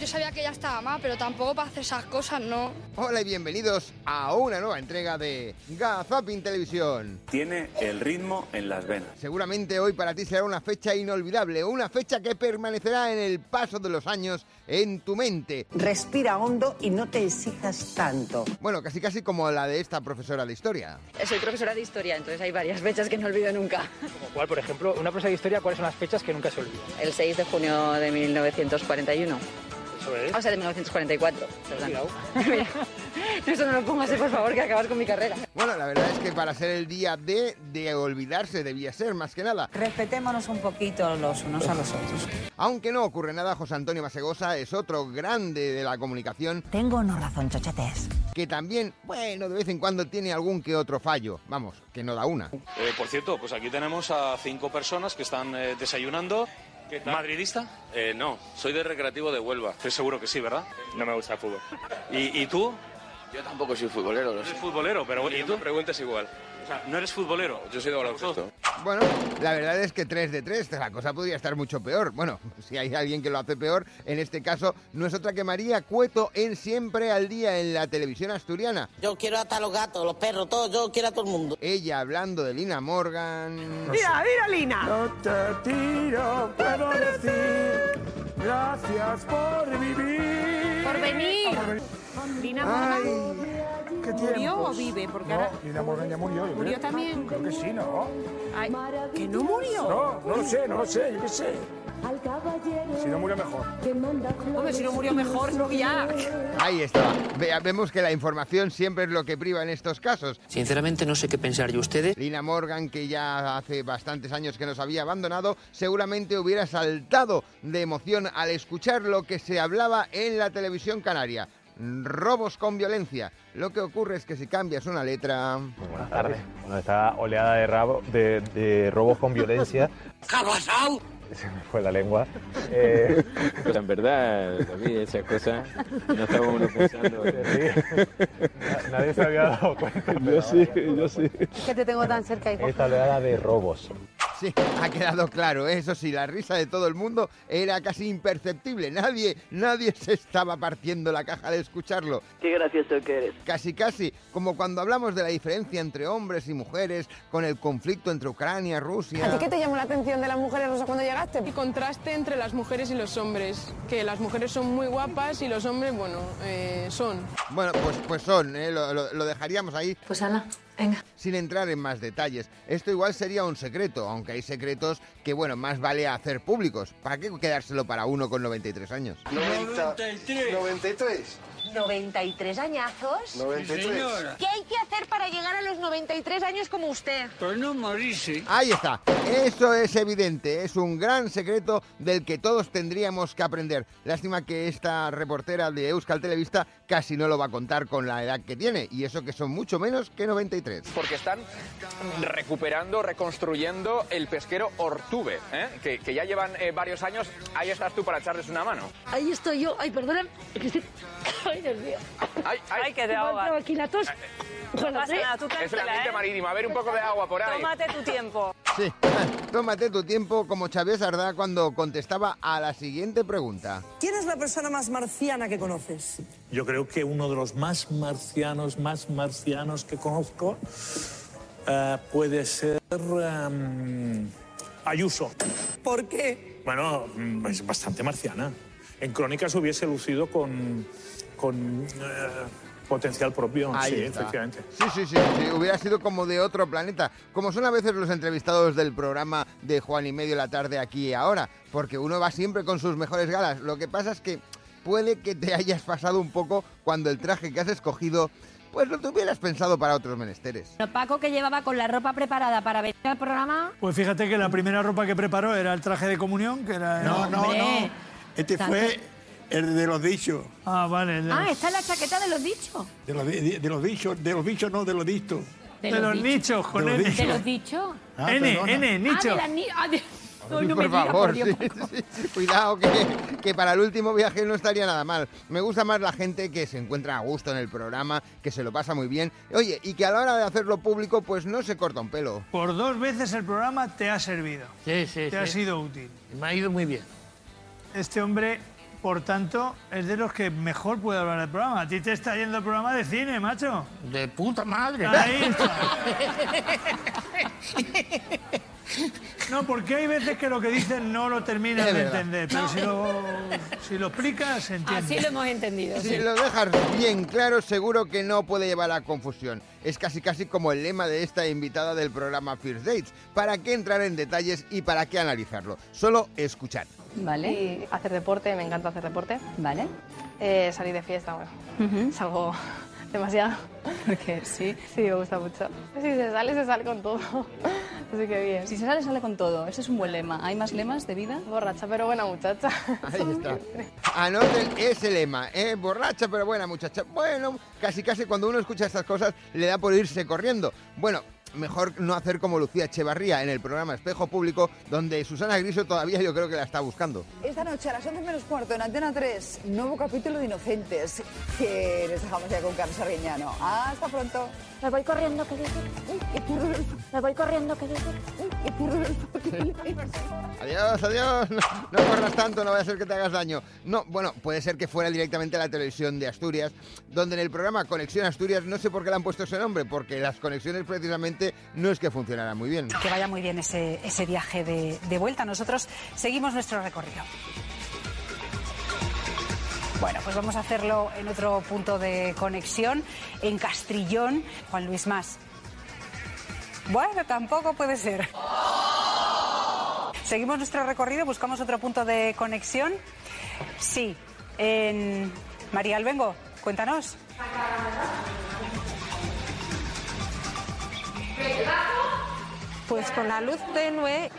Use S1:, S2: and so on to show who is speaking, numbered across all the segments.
S1: Yo sabía que ella estaba mal, pero tampoco para hacer esas cosas, ¿no?
S2: Hola y bienvenidos a una nueva entrega de Gazapin Televisión.
S3: Tiene el ritmo en las venas.
S2: Seguramente hoy para ti será una fecha inolvidable, una fecha que permanecerá en el paso de los años en tu mente.
S4: Respira hondo y no te exijas tanto.
S2: Bueno, casi casi como la de esta profesora de historia.
S5: Soy profesora de historia, entonces hay varias fechas que no olvido nunca.
S6: Como cual, por ejemplo, una profesora de historia, ¿cuáles son las fechas que nunca se olvidan?
S5: El 6 de junio de 1941.
S6: Eso es.
S5: O sea, de 1944, perdón.
S6: Cuidado.
S5: Mira, eso no lo pongas, eh, por favor, que acabas con mi carrera.
S2: Bueno, la verdad es que para ser el día de, de olvidarse debía ser más que nada.
S7: Respetémonos un poquito los unos a los otros.
S2: Aunque no ocurre nada, José Antonio Masegosa es otro grande de la comunicación
S7: Tengo o no razón, chochetes.
S2: que también, bueno, de vez en cuando tiene algún que otro fallo. Vamos, que no da una.
S8: Eh, por cierto, pues aquí tenemos a cinco personas que están eh, desayunando. ¿Madridista?
S3: Eh, no, soy de Recreativo de Huelva.
S8: Estoy seguro que sí, ¿verdad?
S3: No me gusta el fútbol.
S8: ¿Y, y tú?
S3: Yo tampoco soy futbolero, lo
S8: No
S3: sé.
S8: eres futbolero, pero ¿y tú?
S3: preguntas igual.
S8: O sea, no eres futbolero.
S3: Yo soy de baloncesto.
S2: Bueno, la verdad es que 3 de 3, la cosa podría estar mucho peor. Bueno, si hay alguien que lo hace peor, en este caso no es otra que María Cueto en Siempre al Día en la televisión asturiana.
S4: Yo quiero hasta los gatos, los perros, todo, yo quiero a todo el mundo.
S2: Ella hablando de Lina Morgan.
S9: Mira, mira, Lina.
S1: ¡Por venir!
S9: Lina ¿Murió o vive? Porque ahora... Lina Morgan ya murió. ¿Murió también? Creo que sí, ¿no? ¿Que no murió? No, no lo sé, no lo sé, yo qué sé. Si no murió mejor. Hombre, si no murió mejor, no ya.
S2: Ahí está. Vea- vemos que la información siempre es lo que priva en estos casos.
S10: Sinceramente no sé qué pensar yo ustedes.
S2: Lina Morgan, que ya hace bastantes años que nos había abandonado, seguramente hubiera saltado de emoción al escuchar lo que se hablaba en la televisión canaria. Robos con violencia. Lo que ocurre es que si cambias una letra...
S10: Buenas tardes. Bueno, esta oleada de, rabo- de- de robos con violencia. Se me fue la lengua. Eh,
S3: Pues en verdad, a mí esas cosas no estábamos pensando.
S10: sí. Na- Nadie se había dado cuenta. Yo sí, yo sí.
S7: que te tengo tan cerca, hijo.
S10: Esta oleada de robos.
S2: Sí, ha quedado claro, ¿eh? eso sí, la risa de todo el mundo era casi imperceptible. Nadie, nadie se estaba partiendo la caja de escucharlo.
S5: Qué gracioso que eres.
S2: Casi, casi, como cuando hablamos de la diferencia entre hombres y mujeres, con el conflicto entre Ucrania y Rusia.
S7: te llamó la atención de las mujeres no sé cuándo llegaste?
S9: Y contraste entre las mujeres y los hombres. Que las mujeres son muy guapas y los
S11: Eh,
S9: hombres, bueno, son.
S2: Bueno, pues, pues son, ¿eh? lo, lo- lo dejaríamos ahí
S7: Pues ala, venga.
S2: sin entrar en más detalles. Esto igual sería un secreto, aunque hay secretos que, bueno, más vale hacer públicos. ¿Para qué quedárselo para uno con 93 años?
S8: 93.
S9: 93.
S7: 93 añazos.
S9: 93.
S7: ¿Qué hay que hacer para llegar a los 93 años como usted?
S8: Pues no morirse.
S2: Ahí está, eso es evidente, es un gran secreto del que todos tendríamos que aprender. Lástima que esta reportera de Euskal Televista casi no lo va a contar con la edad que tiene, y eso que son mucho menos que 93.
S8: Porque están recuperando, reconstruyendo el pesquero Ortube, ¿eh? que, ya llevan eh, varios años. Ahí estás tú para echarles una mano.
S5: Ahí estoy yo. Ay, perdona. Es que estoy... Ay, Dios mío.
S8: Ay,
S7: Ay, que te ahogas.
S5: aquí la
S9: Eh,
S5: tos.
S7: No pasa nada, tú tranquila, ¿eh?
S8: marítima. A ver, un poco de agua por
S7: Tómate tu tiempo.
S2: Sí, tómate tu tiempo como Chávez Sardá cuando contestaba a la siguiente pregunta.
S4: ¿Quién es la persona más marciana que conoces?
S6: Yo creo que uno de los más marcianos, más marcianos que conozco eh, puede ser em, Ayuso.
S4: ¿Por qué?
S6: Bueno, mm, es bastante marciana. En Crónicas hubiese lucido con, con eh, potencial propio.
S2: Ahí
S6: sí,
S2: está.
S6: efectivamente.
S2: Sí, sí, sí, sí, hubiera sido como de otro planeta, como son a veces los entrevistados del programa de Juan y Medio la tarde aquí y ahora, porque uno va siempre con sus mejores galas. Lo que pasa es que puede que te hayas pasado un poco cuando el traje que has escogido, pues lo tuvieras pensado para otros menesteres.
S7: Paco que llevaba con la ropa preparada para venir al programa.
S6: Pues fíjate que la primera ropa que preparó era el traje de comunión, que era...
S7: No, no, no.
S9: Este fue el de los dichos.
S6: Ah, vale.
S7: Ah, está la chaqueta de los dichos.
S9: De los, de, de los dichos, de los dichos no, de los dichos.
S6: De los nichos, con
S9: De los
S6: N.
S9: nichos.
S7: dichos.
S9: Ah,
S6: N,
S9: perdona.
S6: N, nicho.
S7: Ah, de las ni- ah, de-
S2: Por favor, sí, sí, sí. cuidado que, que para el último viaje no estaría nada mal. Me gusta más la gente que se encuentra a gusto en el programa, que se lo pasa muy bien. Oye, y que a la hora de hacerlo público, pues no se corta un pelo.
S12: Por dos veces el programa te ha servido.
S13: Sí, sí,
S12: Te
S13: sí.
S12: ha sido útil.
S13: Me ha ido muy bien.
S12: Este hombre, por tanto, es de los que mejor puede hablar del programa. A ti te está yendo el programa de cine, macho.
S13: De puta madre.
S12: Ahí está. No, porque hay veces que lo que dicen no lo terminas
S2: Es
S12: de
S2: verdad.
S12: entender. Pero si, lo, si lo explicas, se entiende.
S5: Así lo hemos entendido.
S2: Si lo dejas bien claro, seguro que no puede llevar a confusión. Es casi casi como el lema de esta invitada del programa First Dates. ¿Para qué entrar en detalles y para qué analizarlo? Solo escuchar.
S11: Vale. Y hacer deporte, me encanta hacer deporte. Vale. salir de fiesta, bueno, es algo demasiado. Porque sí. Sí, me gusta mucho. Si se sale, se sale con todo. Así que bien. Si se sale, sale con todo. Ese es un buen lema. ¿Hay más lemas de vida? Borracha, pero buena muchacha.
S2: Ahí está. Ah, Anoten ese lema, ¿eh? Borracha pero buena muchacha. Bueno, casi casi cuando uno escucha estas cosas le da por irse corriendo. Bueno, mejor no hacer como Lucía Echevarría en el programa Espejo Público, donde Susana Griso todavía yo creo que la está buscando.
S14: Esta noche a las 11 menos cuarto en Antena 3, nuevo capítulo de Inocentes, que les dejamos ya con Carlos Arriñano. Hasta pronto. Me voy corriendo, que dice. Me voy corriendo, que dice.
S2: Adiós, adiós. No, no corras tanto, no vaya a ser que te hagas daño. No, bueno, puede ser que fuera directamente a la televisión de Asturias, donde en el programa Conexión Asturias no sé por qué le han puesto ese nombre, porque las conexiones precisamente no es que funcionaran muy bien.
S15: Que vaya muy bien ese, ese viaje de, de vuelta. Nosotros seguimos nuestro recorrido. Bueno, pues vamos a hacerlo en otro punto de conexión, en Castrillón. Juan Luis Más. Bueno, tampoco puede ser. Seguimos nuestro recorrido, buscamos otro punto de conexión. Sí, en María Albengo, cuéntanos.
S7: Pues con la luz tenue.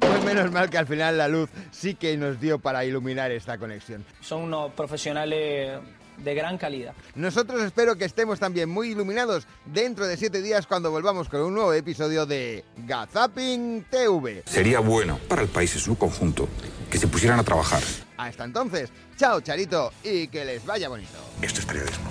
S2: Pues menos mal que al final la luz sí que nos dio para iluminar esta conexión.
S16: Son unos profesionales de gran calidad.
S2: Nosotros espero que estemos también muy iluminados dentro de siete días cuando volvamos con un nuevo episodio de Gazaping TV.
S17: Sería bueno para el país en su conjunto que se pusieran a trabajar.
S2: Hasta entonces, chao Charito y que les vaya bonito.
S17: Esto es periodismo.